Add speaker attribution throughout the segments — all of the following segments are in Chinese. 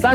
Speaker 1: 三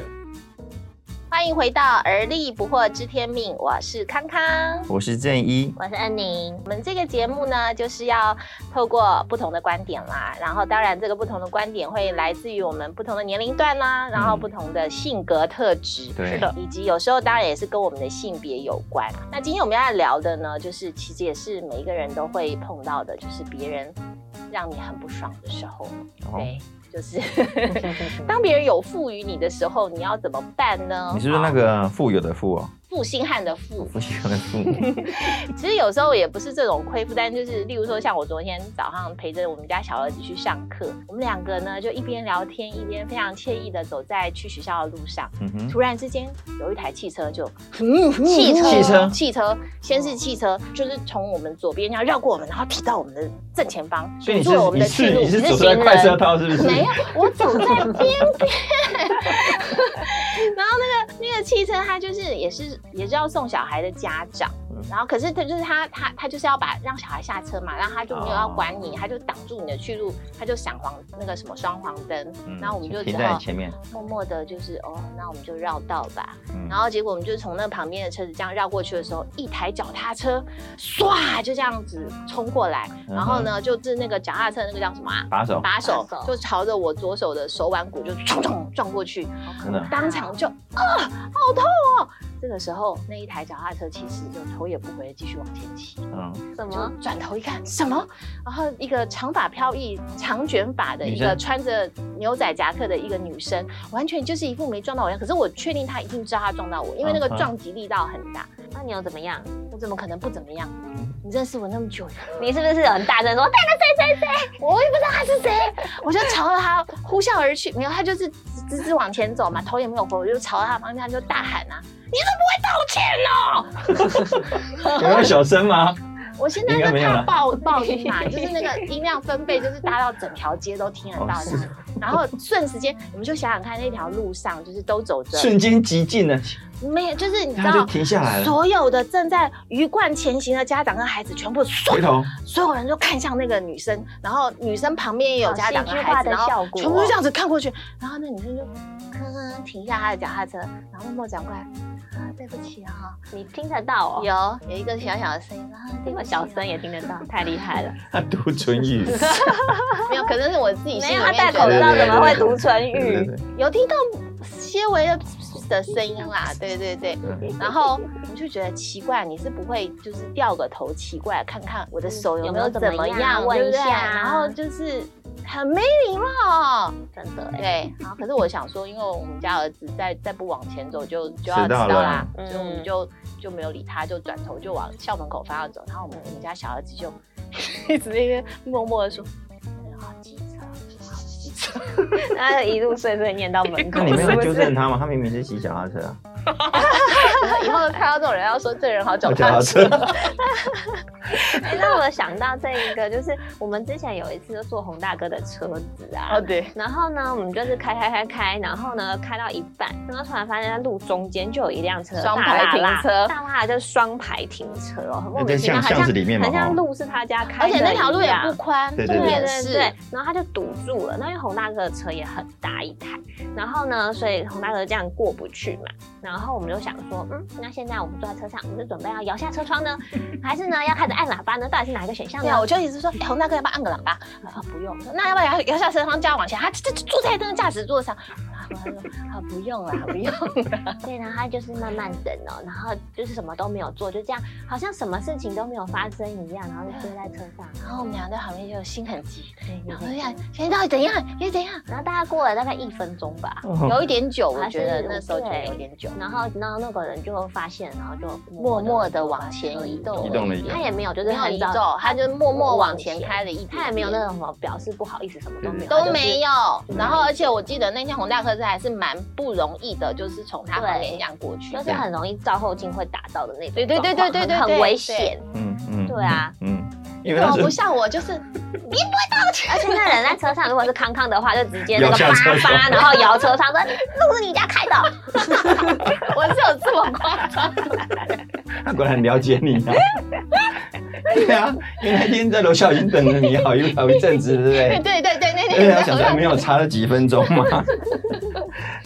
Speaker 2: 欢迎回到《而立不惑知天命》，我是康康。
Speaker 3: 我是正一，
Speaker 2: 我是恩宁，我们这个节目呢，就是要透过不同的观点啦，然后当然这个不同的观点会来自于我们不同的年龄段啦，然后不同的性格特质，
Speaker 3: 嗯
Speaker 4: 对
Speaker 2: 是的，以及有时候当然也是跟我们的性别有关。那今天我们要聊的呢，就是其实也是每一个人都会碰到的，就是别人让你很不爽的时候，
Speaker 3: 哦
Speaker 2: 对，就是 当别人有赋予你的时候，你要怎么办呢？啊
Speaker 3: 你是不是那个富有的富哦？
Speaker 2: 负心汉的负？
Speaker 3: 富有的
Speaker 5: 嗯
Speaker 3: 富，
Speaker 2: 其实有时候也不是这种亏负，但就是例如说，像我昨天早上陪着我们家小儿子去上课，我们两个呢就一边聊天，一边非常惬意的走在去学校的路上。
Speaker 3: 嗯哼，
Speaker 2: 突然之间，有一台汽车就，汽车，
Speaker 3: 汽车
Speaker 2: 汽车，先是汽车，就是从我们左边这样绕过我们，然后停到我们的正前方，
Speaker 5: 所以你
Speaker 2: 阻住了我
Speaker 5: 是
Speaker 2: 们
Speaker 5: 你
Speaker 2: 的去
Speaker 5: 是
Speaker 2: 路。
Speaker 5: 你是
Speaker 2: 我们
Speaker 5: 走在快
Speaker 2: 行
Speaker 5: 车
Speaker 2: 人
Speaker 5: 道是不是？
Speaker 2: 没 有，我走在边边。 然后那个那个汽车，它就是也是也是要送小孩的家长，
Speaker 3: 嗯
Speaker 2: 然后可是他就是他他他就是要把让小孩下车嘛，然后他就没有
Speaker 3: 哦
Speaker 2: 要管你，他就挡住你的去路，他就闪黄那个什么双黄灯，
Speaker 3: 嗯
Speaker 2: 然后我们就只
Speaker 3: 停在
Speaker 2: 好
Speaker 3: 你前面，
Speaker 2: 默默的就是哦，那我们就绕道吧。
Speaker 3: 嗯
Speaker 2: 然后结果我们就从那旁边的车子这样绕过去的时候，一台脚踏车唰就这样子冲过来，
Speaker 3: 嗯
Speaker 2: 然后呢就是那个脚踏车那个叫什么啊？
Speaker 3: 把手，
Speaker 2: 把手
Speaker 6: 把手
Speaker 2: 就朝着我左手的手腕骨就冲
Speaker 6: 嗯
Speaker 2: 冲撞过去，
Speaker 3: 真的
Speaker 2: 当场就啊，好痛哦！这个时候，那一台脚踏车其实就头也不回地继续往前骑，
Speaker 3: 嗯，
Speaker 6: 什
Speaker 2: 就
Speaker 6: 么？
Speaker 2: 转头一看什么，然后一个长发飘逸、长卷发的
Speaker 3: 女
Speaker 2: 一
Speaker 3: 生
Speaker 2: 个穿着牛仔夹克的一个女生，完全就是一副没撞到我一样。可是我确定她一定知道她撞到我，因为那个
Speaker 3: 嗯嗯
Speaker 2: 撞击力道很大。
Speaker 6: 那你有怎么样？
Speaker 2: 我怎么可能不怎么样？
Speaker 3: 嗯
Speaker 2: 你认识我那么久，
Speaker 6: 你是不是有很大声说？
Speaker 2: 我也不知道他是谁，我就朝着他呼啸而去。没有，他就是直直直往前走嘛，头也没有回，我就朝着他旁边，他就大喊啊：“你怎么不会道歉
Speaker 5: 有那么小声吗？
Speaker 2: 呢？”我现在
Speaker 5: 应该
Speaker 2: 就
Speaker 5: 没有
Speaker 2: 怕
Speaker 5: 了
Speaker 2: 爆爆音嘛，就是那个音量分贝就是大到整条街都听得到
Speaker 3: 哦
Speaker 2: 这样。然后瞬时间，你们就想想看，那条路上就是都走着，
Speaker 5: 瞬间极尽了，
Speaker 2: 没有，就是你知
Speaker 3: 他就
Speaker 2: 道。
Speaker 3: 停下来了，
Speaker 2: 所有的正在鱼贯前行的家长跟孩子，全部唰
Speaker 5: 回头
Speaker 2: 所有人都看向那个女生，然后女生旁边也有家长跟
Speaker 6: 好戏剧
Speaker 2: 孩
Speaker 6: 化
Speaker 2: 子，
Speaker 6: 的
Speaker 2: 然后
Speaker 6: 效果
Speaker 2: 全部就这样子看过啊去，然后那女生就哼哼停下她的脚踏车，然后默默转过来，啊，对不起啊、
Speaker 6: 你听得到哦？
Speaker 2: 有有一个小小的声音，啊，
Speaker 6: 这
Speaker 2: 对不
Speaker 6: 么
Speaker 2: 起啊、
Speaker 6: 小声也听得到，太厉害了！
Speaker 5: 他读唇语，
Speaker 2: 没有，可能是我自己心里
Speaker 6: 没有，
Speaker 2: 面
Speaker 6: 他戴
Speaker 2: 觉
Speaker 6: 口
Speaker 2: 得
Speaker 6: 罩怎么会读唇
Speaker 3: 对
Speaker 6: 语？
Speaker 3: 对对，
Speaker 2: 有听到些微的的声音啦，对对对。
Speaker 3: 嗯
Speaker 2: 然后我就觉得奇怪，你是不会就是掉个头，奇怪看看我的手嗯有
Speaker 6: 有
Speaker 2: 没
Speaker 6: 没
Speaker 2: 有
Speaker 6: 有
Speaker 2: 怎
Speaker 6: 怎
Speaker 2: 么
Speaker 6: 么
Speaker 2: 样，
Speaker 6: 样问
Speaker 2: 对不对
Speaker 6: 一下啊
Speaker 2: 然后就是很没礼貌，
Speaker 6: 真的哎，
Speaker 2: 对。然后可是我想说，因为我们家儿子再再不往前走就就要
Speaker 3: 迟
Speaker 2: 迟
Speaker 3: 到
Speaker 2: 到啦，
Speaker 6: 了
Speaker 2: 所以我们
Speaker 6: 嗯
Speaker 2: 就就没有理他，就转头就往校门口方向走。然后我们我们家小儿子就 一直在那边默默的说：“哎好机车，好机车。”
Speaker 6: 他一路碎碎念到 门口，
Speaker 3: 那你没
Speaker 6: 是
Speaker 3: 有
Speaker 6: 不
Speaker 3: 纠
Speaker 6: 是
Speaker 3: 正他吗？他明明是骑脚踏车啊，
Speaker 2: 以后看到这种人要说这人好脚
Speaker 5: 哦脚
Speaker 2: 踏
Speaker 5: 踏
Speaker 2: 车
Speaker 5: 车。
Speaker 6: 哎让我想到这一个，就是我们之前有一次就坐洪大哥的车子啊，
Speaker 2: 哦，对，
Speaker 6: 然后呢，我们就是开开开开，然后呢开到一半，然后突然发现在路中间就有一辆车
Speaker 2: 双排
Speaker 6: 大拉拉
Speaker 2: 停车
Speaker 6: 大拉拉就是双排停车哦，很莫
Speaker 3: 对
Speaker 6: 名其妙，
Speaker 3: 像
Speaker 6: 好
Speaker 3: 巷子里面嘛
Speaker 6: 好像
Speaker 3: 哦
Speaker 6: 路是他家开
Speaker 2: 而
Speaker 6: 的一
Speaker 2: 且
Speaker 6: 样，
Speaker 2: 那条路也不宽，
Speaker 3: 对
Speaker 6: 对
Speaker 2: 重
Speaker 6: 对
Speaker 2: 点
Speaker 6: 对
Speaker 2: 是
Speaker 6: 对，然后他就堵住了。那因为洪大哥的车也很大一台，然后呢，所以洪大哥这样过不去嘛。然后我们就想说，嗯，那现在我们坐在车上，我们就准备要摇下车窗呢，还是呢要开始按喇叭呢？到底是哪一个选项
Speaker 2: 对啊，
Speaker 6: 呢
Speaker 2: 我？就一直说，哎、洪大哥要不要按个喇叭？啊，不用。我说那要不要摇摇下车窗，叫他往前？他这这坐在那个驾驶座上。啊，我说啊，不用啦，不用。
Speaker 6: 对，然后他就是慢慢等哦，然后就是什么都没有做，就这样，好像什么事情都没有发生一样，然后就坐在车上。
Speaker 2: 然后我们俩在旁边就心很急，
Speaker 6: 嗯对对
Speaker 2: 然后
Speaker 6: 对
Speaker 2: 就想，现在到底怎样？又怎样？
Speaker 6: 然后大概过了大概一分钟吧，
Speaker 5: 嗯
Speaker 2: 有一点久，我
Speaker 6: 还是
Speaker 2: 觉得那时候觉得有点久。
Speaker 6: 然后然后那个人就发现，然后就
Speaker 2: 默默
Speaker 6: 地
Speaker 2: 的往前移动，
Speaker 3: 移动了一下
Speaker 6: 他也没有，就是
Speaker 2: 没有
Speaker 6: 很
Speaker 2: 移
Speaker 6: 早
Speaker 2: 动，他就默默往前
Speaker 6: 往前
Speaker 2: 开了一点点，
Speaker 6: 他也没有那种什么表示不好意思，什么都没有，
Speaker 2: 都没有。
Speaker 6: 嗯
Speaker 2: 然后，而且我记得那天洪大科是还是蛮不容易的，就是从他旁边这样过去
Speaker 6: 他就，是，就是很容易照后镜会打到的那种
Speaker 2: 对对对对对对
Speaker 6: 状况很
Speaker 2: 对
Speaker 6: 很危险。
Speaker 3: 嗯嗯，
Speaker 6: 对啊
Speaker 3: 嗯，嗯，因为
Speaker 2: 对
Speaker 3: 那
Speaker 2: 哦，不
Speaker 3: 是
Speaker 2: 像我就是
Speaker 6: 而且那人在车上，如果是康康的话，就直接那个
Speaker 5: 摇下
Speaker 6: 叭
Speaker 5: 车窗
Speaker 6: 叭，然后摇车窗 说：“路是你家开的哦。”我是有这么夸张，
Speaker 5: 他果然了解你啊。 对啊，因为那天在楼下已经等了你好一好一阵子， 对不
Speaker 2: 对
Speaker 5: 对？
Speaker 2: 对对对，那
Speaker 5: 对
Speaker 2: 天
Speaker 5: 啊，想说没有差了几分钟嘛。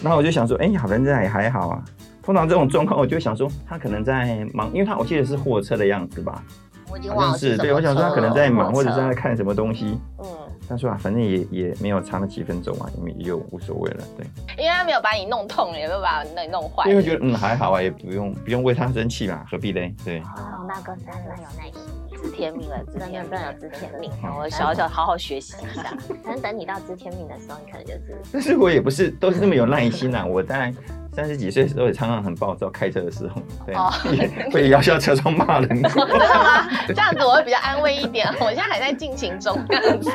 Speaker 5: 然后我就想说，哎、好像在也还好啊。通常这种状况，我就想说他可能在忙，因为他我记得是货车的样子吧，
Speaker 2: 我已经
Speaker 5: 好
Speaker 2: 忘
Speaker 5: 像
Speaker 2: 了
Speaker 5: 是
Speaker 2: 什
Speaker 5: 对，
Speaker 2: 么
Speaker 5: 我想说他
Speaker 2: 车
Speaker 5: 可能在
Speaker 2: 了
Speaker 5: 忙，
Speaker 2: 火
Speaker 5: 或者是
Speaker 2: 车
Speaker 5: 在看什么东西。
Speaker 2: 嗯，
Speaker 5: 他说啊，反正也也没有差那几分钟啊，也没也就无所谓了，对。
Speaker 2: 因为他没有把你弄痛，也没有把你弄弄坏
Speaker 5: 因。为觉得嗯还好啊，也不用不用为他生气嘛，何必嘞？对，
Speaker 6: 哦，那哥真的有耐心，
Speaker 2: 知天命了，知
Speaker 6: 真的
Speaker 2: 天命
Speaker 6: 真的有
Speaker 2: 了，
Speaker 6: 知天命。
Speaker 2: 好我小小好好学习一 下。
Speaker 6: 可能等你到知天命的时候，你可能就是
Speaker 5: 但是我也不是都是那么有耐心啊，我在三十几岁的时候也常常很暴躁，开车的时候，对，
Speaker 2: 哦
Speaker 5: 也 会摇下车窗骂人，
Speaker 2: 真的吗？啊这样子我会比较安慰一点。我现在还在进行中， 这样子。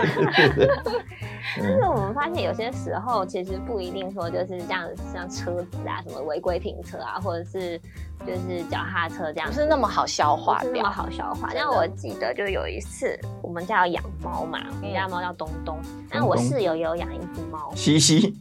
Speaker 6: 但
Speaker 5: 嗯
Speaker 6: 是我们发现有些时候其实不一定说就是这样，像车子啊，什么违规停车啊，或者是就是脚踏车这样
Speaker 2: 不
Speaker 6: 子，
Speaker 2: 是那么好消
Speaker 6: 不
Speaker 2: 化
Speaker 6: 是那么
Speaker 2: 掉。
Speaker 6: 好消化。
Speaker 2: 真的
Speaker 6: 但我记得就有一次，我们家有养猫嘛，我们家的猫叫东嗯东，但我
Speaker 5: 东东
Speaker 6: 室友也有养一只 猫，
Speaker 5: 嘻嘻，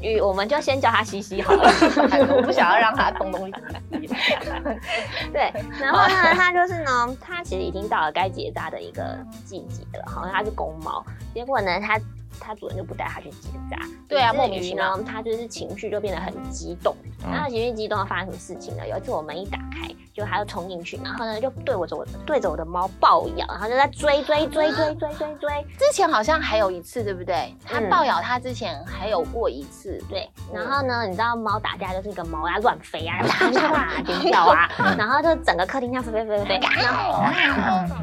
Speaker 6: 与嗯我们就先叫它西西好了。
Speaker 2: 我不想要让它东东西西。
Speaker 6: 对，然后呢，它就是呢，它其实已经到了该结扎的一个季节了，好像它是公猫，结果呢，它。它主人就不带它去结扎，
Speaker 2: 对啊
Speaker 6: 以至
Speaker 2: 莫名其
Speaker 6: 于
Speaker 2: 妙
Speaker 6: 呢，它就是情绪就变得很激动，那
Speaker 5: 嗯
Speaker 6: 他情绪激动了，发生什么事情呢？有一次我门一打开，就他就冲进去，然后呢就对我着我对着我的猫暴咬，然后就在追追追追追追追，
Speaker 2: 之前好像还有一次，对不对？它
Speaker 6: 嗯
Speaker 2: 暴咬它之前还有过一次，
Speaker 6: 对。
Speaker 2: 嗯
Speaker 6: 然后呢，你知道猫打架就是一个毛啊乱飞啊，啪啪啪尖叫 啊，然后就整个客厅这样飞飞飞飞飞，然后。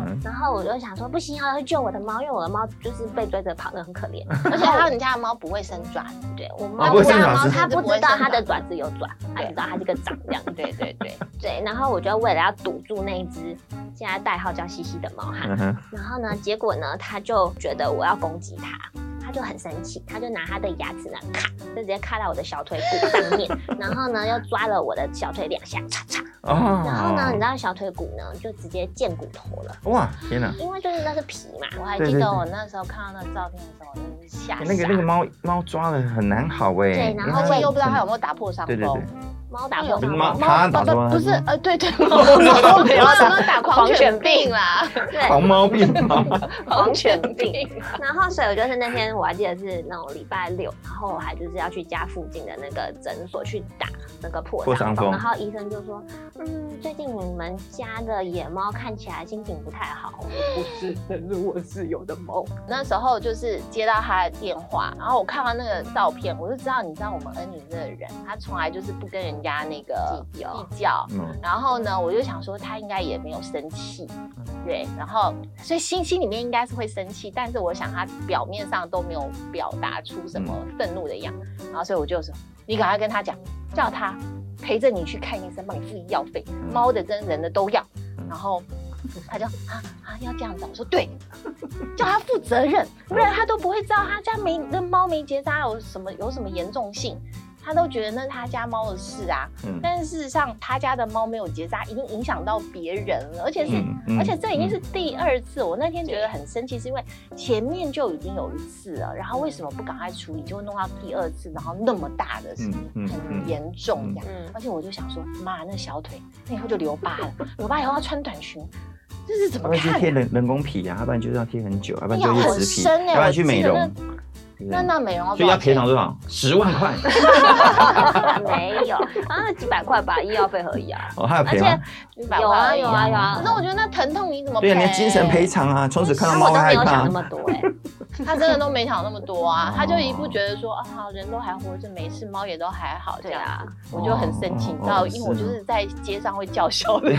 Speaker 5: 嗯，
Speaker 6: 然后我就想说，不行，要去救我的猫，因为我的猫就是被追着跑的很 可怜。
Speaker 2: 而且还有你家的猫不会伸爪子，
Speaker 6: 对我
Speaker 5: 啊
Speaker 6: 猫，
Speaker 5: 不
Speaker 6: 我
Speaker 5: 会
Speaker 6: 家
Speaker 5: 伸
Speaker 6: 的
Speaker 5: 爪
Speaker 6: 猫
Speaker 5: 子
Speaker 6: 它
Speaker 2: 是
Speaker 6: 不
Speaker 2: 不会
Speaker 6: 知道
Speaker 2: 伸
Speaker 6: 它的
Speaker 2: 爪
Speaker 6: 爪子有爪，它只知道它是个掌这样子。
Speaker 2: 对对对，
Speaker 6: 对，然后我就为了要堵住那一只现在代号叫西西的猫哈，
Speaker 5: 嗯哼
Speaker 6: 然后呢，结果呢，他就觉得我要攻击他，他就很生气，他就拿他的牙齿呢，咔，就直接咔到我的小腿骨上面，然后呢，又抓了我的小腿两下，嚓嚓，
Speaker 5: 哦，
Speaker 6: 然后呢，你知道小腿骨呢，就直接见骨头了，
Speaker 5: 哇，天哪！
Speaker 6: 因为就是那是皮嘛，
Speaker 2: 我还
Speaker 5: 对
Speaker 2: 记
Speaker 5: 对
Speaker 2: 得
Speaker 5: 对
Speaker 2: 我那时候看到那个照片的时候，我真的是吓
Speaker 5: 欸
Speaker 2: 傻。
Speaker 5: 那个那个猫猫抓的很难好哎、
Speaker 6: 对然后
Speaker 2: 而
Speaker 5: 因为它
Speaker 2: 且又不知道它有没有打破伤
Speaker 5: 对对
Speaker 2: 风
Speaker 5: 对，，
Speaker 6: 猫
Speaker 2: 哎
Speaker 6: 打破伤
Speaker 5: 猫
Speaker 6: 风，
Speaker 5: 它打什么
Speaker 2: 不不是
Speaker 5: 还是
Speaker 2: 呃，对对， 猫有没有打狂犬病啦？
Speaker 6: 对，
Speaker 5: 狂猫病 吗？
Speaker 6: 狂犬病。啊然后所以我就是那天我还记得是那种礼拜六，然后我还就是要去家附近的那个诊所去打那个破
Speaker 5: 破伤
Speaker 6: 伤风，
Speaker 5: 风
Speaker 6: 然后医生就说，嗯，最近你们家的野猫看起来心情不太好。不是， 那是我室友的猫。
Speaker 2: 那时候就是接到他的电话，然后我看到那个照片，我就知道，你知道我们恩女这个人，她从来就是不跟人家那个
Speaker 6: 计较
Speaker 2: 计较。
Speaker 5: 嗯，
Speaker 2: 然后呢，我就想说她应该也没有生气，对，然后所以心心里面应该是会生气，但是我想她表面上都没有表达出什么愤怒的样，然后所以我就说，你赶快跟她讲，叫她陪着你去看医生，帮你付医药费，猫的跟人的都要。然后他就啊啊要这样子啊，我说对， 叫他负责任，不然他都不会知道他家没跟猫没结扎有什么有什么严重性，他都觉得那是他家猫的事啊。
Speaker 5: 嗯
Speaker 2: 但是事实上，他家的猫没有结扎，已经影响到别人了，而且是。
Speaker 5: 嗯嗯
Speaker 2: 而且这已经是第二次，我那天觉得很生气，是因为前面就已经有一次了，然后为什么不赶快处理，就弄到第二次，然后那么大的事，
Speaker 5: 嗯嗯
Speaker 2: 很
Speaker 5: 嗯，
Speaker 2: 严重这样。
Speaker 6: 嗯，
Speaker 2: 而且我就想说，妈，那小腿，那以后就留疤了，留疤以后要穿短裙，这是怎么
Speaker 5: 要不然就
Speaker 2: 看
Speaker 5: 贴
Speaker 2: 啊？
Speaker 5: 人人工皮啊，要不然就是要贴很久，要不然就
Speaker 2: 那
Speaker 5: 是
Speaker 2: 要很
Speaker 5: 植皮，
Speaker 2: 深欸
Speaker 5: 要不然
Speaker 2: 我
Speaker 5: 去美
Speaker 2: 记得
Speaker 5: 容
Speaker 2: 那。
Speaker 5: 对不对
Speaker 2: 那那美容要
Speaker 5: 所
Speaker 2: 多
Speaker 5: 以
Speaker 2: 少
Speaker 5: 要赔
Speaker 2: 钱？
Speaker 5: 偿多少？十万 块
Speaker 6: 嗯没有，好像几百块吧，医药费而已啊。
Speaker 5: 哦，还有
Speaker 2: 而
Speaker 5: 赔吗
Speaker 2: 且？一百
Speaker 6: 有
Speaker 2: 万
Speaker 6: 啊
Speaker 2: 而已
Speaker 6: 有啊有
Speaker 2: 可
Speaker 6: 啊
Speaker 2: 是，我觉得那疼痛你怎么
Speaker 5: 对
Speaker 2: 赔？
Speaker 5: 啊，你的精神赔。偿啊，从此看
Speaker 6: 然
Speaker 5: 到
Speaker 6: 后
Speaker 5: 猫
Speaker 6: 我
Speaker 5: 会
Speaker 6: 都
Speaker 5: 害
Speaker 6: 没有想
Speaker 5: 怕
Speaker 6: 那。么多哎、
Speaker 2: 他真的都没想那么多啊
Speaker 5: 哦，
Speaker 2: 他就一副觉得说啊，好人都还活着没事，猫也都还好这
Speaker 6: 对
Speaker 2: 样。
Speaker 6: 啊，
Speaker 2: 我就很生气，
Speaker 5: 哦
Speaker 2: 你知道，
Speaker 5: 哦啊
Speaker 2: 因为我就是是在街上会叫嚣的。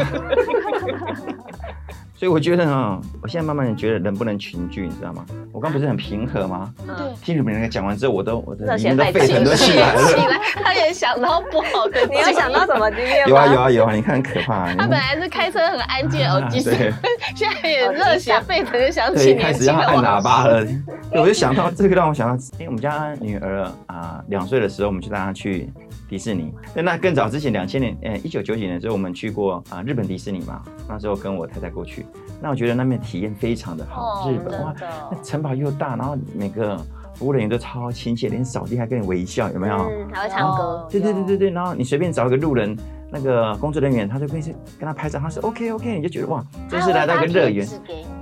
Speaker 5: 所以我觉得啊，我现在慢慢的觉得人不能群聚，你知道吗？我刚不是很平和吗？
Speaker 6: 嗯，
Speaker 5: 听你们那个讲完之后，我都我的
Speaker 6: 热
Speaker 5: 里
Speaker 6: 血
Speaker 5: 面都
Speaker 6: 沸
Speaker 5: 沸腾
Speaker 6: 腾
Speaker 5: 都起来
Speaker 2: 起
Speaker 5: 了。
Speaker 2: 来，他也想到不好的。
Speaker 6: 你有想到？什么经验吗？
Speaker 5: 有啊有啊有啊，你看很可怕、啊。你
Speaker 2: 他
Speaker 5: 们
Speaker 2: 本来是开车很安静，耳机声，
Speaker 5: 对
Speaker 2: 现在也热血沸腾，就想
Speaker 5: 对，
Speaker 2: 起
Speaker 5: 开
Speaker 2: 年
Speaker 5: 始
Speaker 2: 轻
Speaker 5: 要
Speaker 2: 的啊
Speaker 5: 按
Speaker 2: 往
Speaker 5: 喇
Speaker 2: 事。
Speaker 5: 叭了。哎对，我就想到这个，让我想到，因为我们家女儿啊，两、岁的时候，我们就带她去迪士尼。那那更早之前，两千年，呃，一九九几年的时候，我们去过啊、日本迪士尼嘛。那时候跟我太太过去，那我觉得那边体验非常的好。日本哇
Speaker 2: 哦真，的
Speaker 5: 那城堡又大，然后每个服务人员都超亲切，连扫地还跟你微笑，有没有？
Speaker 6: 嗯，还会唱歌，
Speaker 5: 哦对对对对对，然后你随便找一个路人，那个工作人员，他就跟你跟他拍照，他说 OK OK，你就觉得哇，真是来到一个乐园，，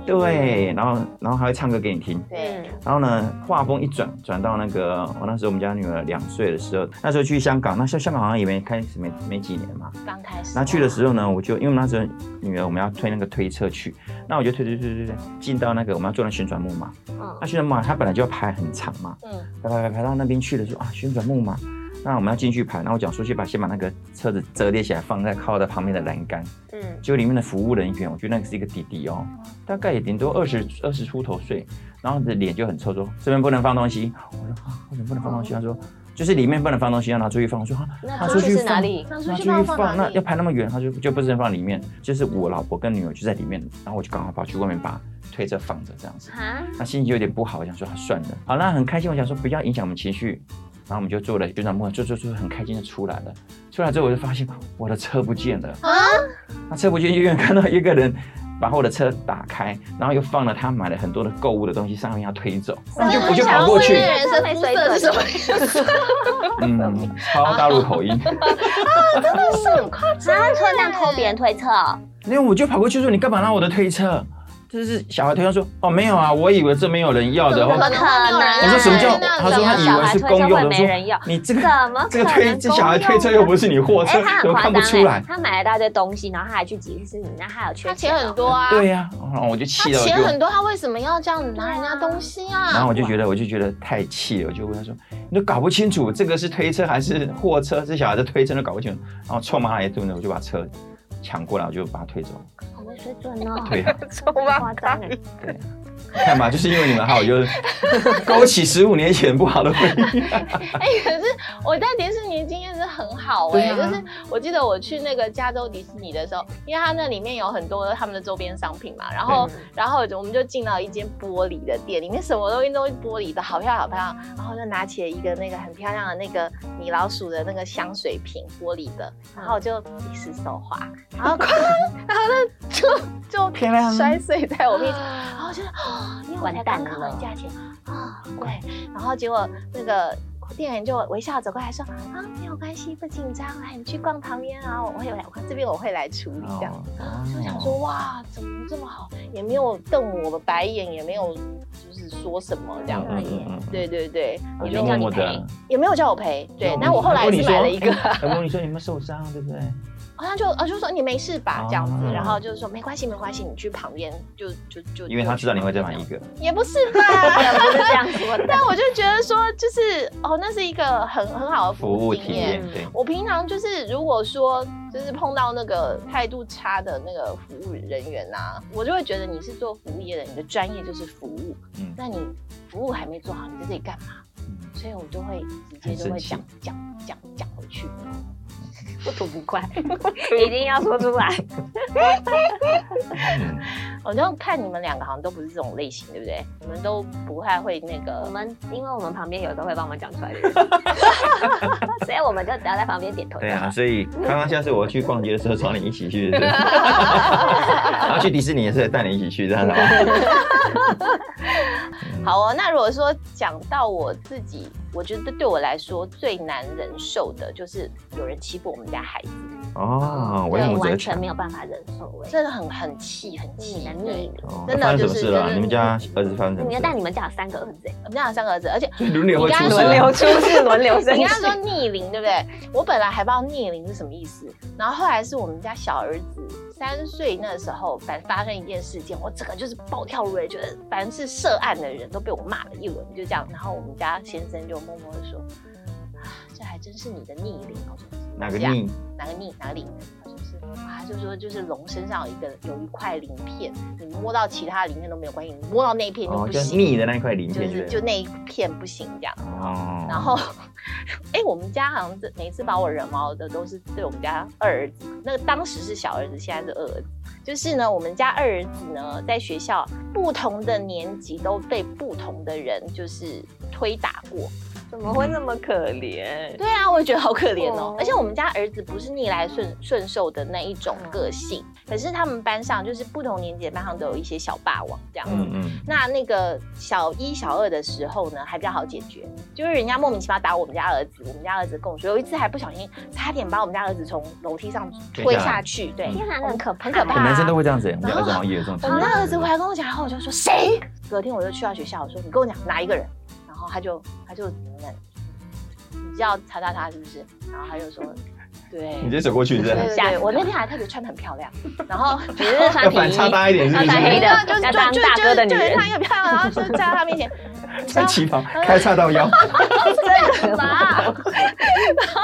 Speaker 5: 对，然后然后还会唱歌给你听，
Speaker 6: 嗯
Speaker 2: 对，
Speaker 5: 然后呢，画风一转转到那个，我那时候我们家女儿两岁的时候，那时候去香港，那香香港好像也没开始没没几年嘛，
Speaker 2: 刚开始
Speaker 5: 那去的时候呢，我就因为我们那时候女儿我们要推那个推车去，那我就推推推推推，进到那个我们要坐那旋转木马，
Speaker 6: 嗯
Speaker 5: 那旋转木马它本来就要排很长嘛，
Speaker 2: 嗯，
Speaker 5: 排排排排到那边去了，说啊旋转木马，那我们要进去排，那我讲说去把先把那个车子折叠起来放在靠在旁边的栏杆，
Speaker 6: 嗯，
Speaker 5: 就里面的服务人员，我觉得那个是一个弟弟哦，大概也顶多二十二十出头岁，然后的脸就很臭，说这边不能放东西，我说啊为什么不能放东西？他说就是里面不能放东西，要拿出去放，我说啊
Speaker 6: 那
Speaker 5: 他
Speaker 6: 出
Speaker 5: 出
Speaker 6: 去
Speaker 5: 去
Speaker 6: 是哪
Speaker 5: 放
Speaker 6: 里？
Speaker 2: 那
Speaker 5: 拿
Speaker 2: 出
Speaker 5: 出
Speaker 2: 去
Speaker 5: 去
Speaker 2: 放
Speaker 5: 放，
Speaker 2: 哪
Speaker 5: 那
Speaker 2: 里
Speaker 5: 要排那么远，他就就不能放里面，就是我老婆跟女儿就在里面，然后我就赶快跑去外面把推车放着这样子。
Speaker 6: 啊，
Speaker 5: 那心情有点不好，我想说啊算了，好，那很开心，我想说不要影响我们情绪，然后我们就做了旋转木马，做做做，很开心就出来了。出来之后我就发现我的车不见了啊！那车不见，远远看到一个人把我的车打开，然后又放了他买了很多的购物的东西上面要推走，我就我就跑过去，
Speaker 6: 人生肤色是什么？
Speaker 5: 嗯，超大陆口音，
Speaker 6: 他偷这样偷别人推测哦，
Speaker 5: 因为我就跑过去说你干嘛拿我的推车？就是小孩推车说哦没有啊，我以为这没有人要的，哦
Speaker 6: 怎么可能？啊
Speaker 5: 我说什么叫？
Speaker 2: 那样
Speaker 5: 他说他以为是公用的，我
Speaker 6: 没人要
Speaker 5: 说你这个
Speaker 6: 怎么可能
Speaker 5: 这个推这小孩推车
Speaker 6: 公用
Speaker 5: 又不是你货
Speaker 6: 哎、
Speaker 5: 车
Speaker 6: 他，
Speaker 5: 怎么
Speaker 6: 很夸
Speaker 5: 看不
Speaker 6: 张
Speaker 5: 出
Speaker 6: 哎
Speaker 5: 来，？
Speaker 6: 他买了一大堆东西，然后他还去迪士尼，那他有缺
Speaker 2: 他
Speaker 6: 钱
Speaker 2: 钱
Speaker 6: 哦
Speaker 2: 很多啊，
Speaker 5: 对呀，然后我
Speaker 2: 他
Speaker 5: 就气了，我
Speaker 2: 钱很
Speaker 5: 就
Speaker 2: 多，他为什么要这样拿人家东西啊？
Speaker 5: 然后我就觉得我就觉得太气了，我就问他说，你都搞不清楚这个是推车还是货车，这小孩的推车都搞不清楚，然后臭骂他一顿的，我就把车抢过来，我就把他推走。
Speaker 6: 好没水准哦，
Speaker 5: 对呀，
Speaker 6: 很夸 张哎。
Speaker 5: 你看吧，就是因为你们好，我就勾起十五年前不好的回忆。
Speaker 2: 哎、可是我在迪士尼经验是很好哎、
Speaker 5: 对啊
Speaker 2: 就是我记得我去那个加州迪士尼的时候，因为它那里面有很多他们的周边商品嘛，然后然后我们就进到一间玻璃的店，里面什么东西都是玻璃的，好漂亮好漂亮，然后就拿起了一个那个很漂亮的那个米老鼠的那个香水瓶，玻璃的，
Speaker 5: 嗯
Speaker 2: 然后我就一时手滑，然 后然后就就
Speaker 5: 漂亮
Speaker 2: 就摔碎在我面前，然
Speaker 6: 哦
Speaker 2: 后我就啊，因为我才
Speaker 6: 完蛋
Speaker 2: 刚看完
Speaker 6: 了
Speaker 2: 价钱啊，很贵，然后结果那个店员就微笑走过来说：“啊，没有关系，不紧张，哎，你去逛旁边啊，我会来，我这边我会来处理。”
Speaker 5: 哦
Speaker 2: 这样，就想说哇，怎么这么好，也没有瞪我白眼，也没有就是说什么这样而已。
Speaker 5: 嗯嗯嗯嗯
Speaker 2: 对对对，
Speaker 5: 我
Speaker 2: 也
Speaker 5: 就
Speaker 2: 没
Speaker 5: 默
Speaker 2: 叫
Speaker 5: 默
Speaker 2: 你
Speaker 5: 的
Speaker 2: 赔，，也没有叫我赔。对，那我后来
Speaker 5: 问
Speaker 2: 是
Speaker 5: 你
Speaker 2: 买
Speaker 5: 说
Speaker 2: 了一个，
Speaker 5: 哎我问你说有没有受伤，对不对？
Speaker 2: 好像就啊就说你没事吧
Speaker 5: 哦
Speaker 2: 这样子，然后就是说没关系没关系，你去旁边就就就，
Speaker 5: 因为他知道你会再买一
Speaker 2: 个，
Speaker 5: 个，
Speaker 2: 也不是 吧？
Speaker 6: 没有不是这样说的，
Speaker 2: 但我就觉得说，就是哦，那是一个很很好的
Speaker 5: 服务
Speaker 2: 经
Speaker 5: 体验
Speaker 6: 嗯
Speaker 5: 对。
Speaker 2: 我平常就是如果说就是碰到那个态度差的那个服务人员啊，我就会觉得你是做服务业的，你的专业就是服务，
Speaker 5: 嗯
Speaker 2: 那你服务还没做好，你在这里干嘛？
Speaker 5: 嗯
Speaker 2: 所以我就会直接就会
Speaker 5: 很生气
Speaker 2: 讲讲讲讲回去。
Speaker 6: 不吐不 快，一定要说出来。
Speaker 5: 嗯
Speaker 2: 我就看你们两个好像都不是这种类型，对不对？你们都不太会那
Speaker 6: 我
Speaker 2: 个。
Speaker 6: 们因为我们旁边有一个会帮我们讲出来的人， 所以我们就只要在旁边点头就
Speaker 5: 对
Speaker 6: 好。
Speaker 5: 啊，所以刚刚下次我去逛街的时候找你一起去，对 然后去迪士尼也是带你一起去，这样子啊好吗。
Speaker 2: 好哦，那如果说讲到我自己，我觉得对我来说最难忍受的就是有人欺负我们家孩子，
Speaker 5: 哦，为
Speaker 6: 对
Speaker 5: 母则
Speaker 6: 完
Speaker 5: 强
Speaker 6: 全。没有办法忍受哎，
Speaker 2: 真的很很气，很
Speaker 6: 是你
Speaker 2: 气
Speaker 6: 的。
Speaker 2: 对
Speaker 6: 逆，
Speaker 5: 哦
Speaker 2: 真的
Speaker 5: 发生什
Speaker 2: 就
Speaker 5: 么
Speaker 2: 是
Speaker 5: 事了
Speaker 2: 就是？
Speaker 5: 你们家儿子发生什么
Speaker 6: 你
Speaker 5: 事？
Speaker 6: 要带你们家有三个儿子哎，
Speaker 2: 我们家有三个儿子，而且
Speaker 5: 轮流会出
Speaker 2: 你
Speaker 5: 事
Speaker 2: 刚刚
Speaker 5: 啊，
Speaker 6: 出事，轮流
Speaker 2: 你刚刚说逆龄，对不对？我本来还不知道逆龄是什么意思，然后后来是我们家小儿子三岁那时候，反正发生一件事件，我整个就是暴跳如雷，觉得反正是涉案的人都被我骂了一轮，就这样。然后我们家先生就默默的说：“啊，这还真是你的逆龄。”我说
Speaker 5: 哪个？
Speaker 2: 是啊
Speaker 5: 逆？
Speaker 2: 哪个逆哪个鳞，他就是啊，就说就是龙身上有一个有一块鳞片，你摸到其他的鳞片都没有关系，你摸到那一片就
Speaker 5: 哦，
Speaker 2: 不
Speaker 5: 就
Speaker 2: 行，
Speaker 5: 逆的那一块鳞
Speaker 2: 就
Speaker 5: 片，
Speaker 2: 是
Speaker 5: 对
Speaker 2: 就那一片不行这样。
Speaker 5: 哦，
Speaker 2: 然后，哎、我们家好像是每次把我惹毛的都是对我们家二儿子，那个当时是小儿子，现在是二儿子。就是呢，我们家二儿子呢，在学校不同的年级都被不同的人就是推打过，
Speaker 6: 怎么会那么可怜？
Speaker 2: 对啊，我也觉得好可怜哦。
Speaker 6: 哦
Speaker 2: 而且我们家儿子不是逆来顺顺受的那一种个性，可是他们班上就是不同年级的班上都有一些小霸王这样子。
Speaker 3: 嗯嗯，
Speaker 2: 那那个小一、小二的时候呢，还比较好解决，就是人家莫名其妙打我们家儿子，我们家儿子供水，有一次还不小心差点把我们家儿子从楼梯上推下去，对。
Speaker 5: 嗯
Speaker 6: 天哪，那很可
Speaker 2: 很可怕
Speaker 5: 我
Speaker 2: 啊
Speaker 5: 男生都会这样子欸，我们
Speaker 2: 然后
Speaker 5: 儿子好像也有这种
Speaker 2: 我
Speaker 5: 情
Speaker 2: 们
Speaker 5: 况。
Speaker 2: 家儿子回来跟我讲，然后我就说谁？隔天我就去到学校，我说你跟我讲哪一个人，然后他就他就你知道查查他是不是？然后他就说对。
Speaker 3: 你直接走过去是不
Speaker 2: 对
Speaker 3: 是？
Speaker 2: 对对，我那天还特别穿的很漂亮，然后
Speaker 6: 只是穿
Speaker 3: 要
Speaker 6: 皮
Speaker 3: 反差
Speaker 6: 衣，
Speaker 3: 大一点是不
Speaker 6: 要穿黑
Speaker 3: 是？
Speaker 6: 的
Speaker 2: 没有就是
Speaker 6: 要当
Speaker 2: 就
Speaker 6: 大哥的女
Speaker 2: 就是
Speaker 6: 人
Speaker 2: 对，穿一个漂亮，然后就站在他面前，
Speaker 3: 穿旗袍，开叉到腰，
Speaker 2: 干嘛？ 然后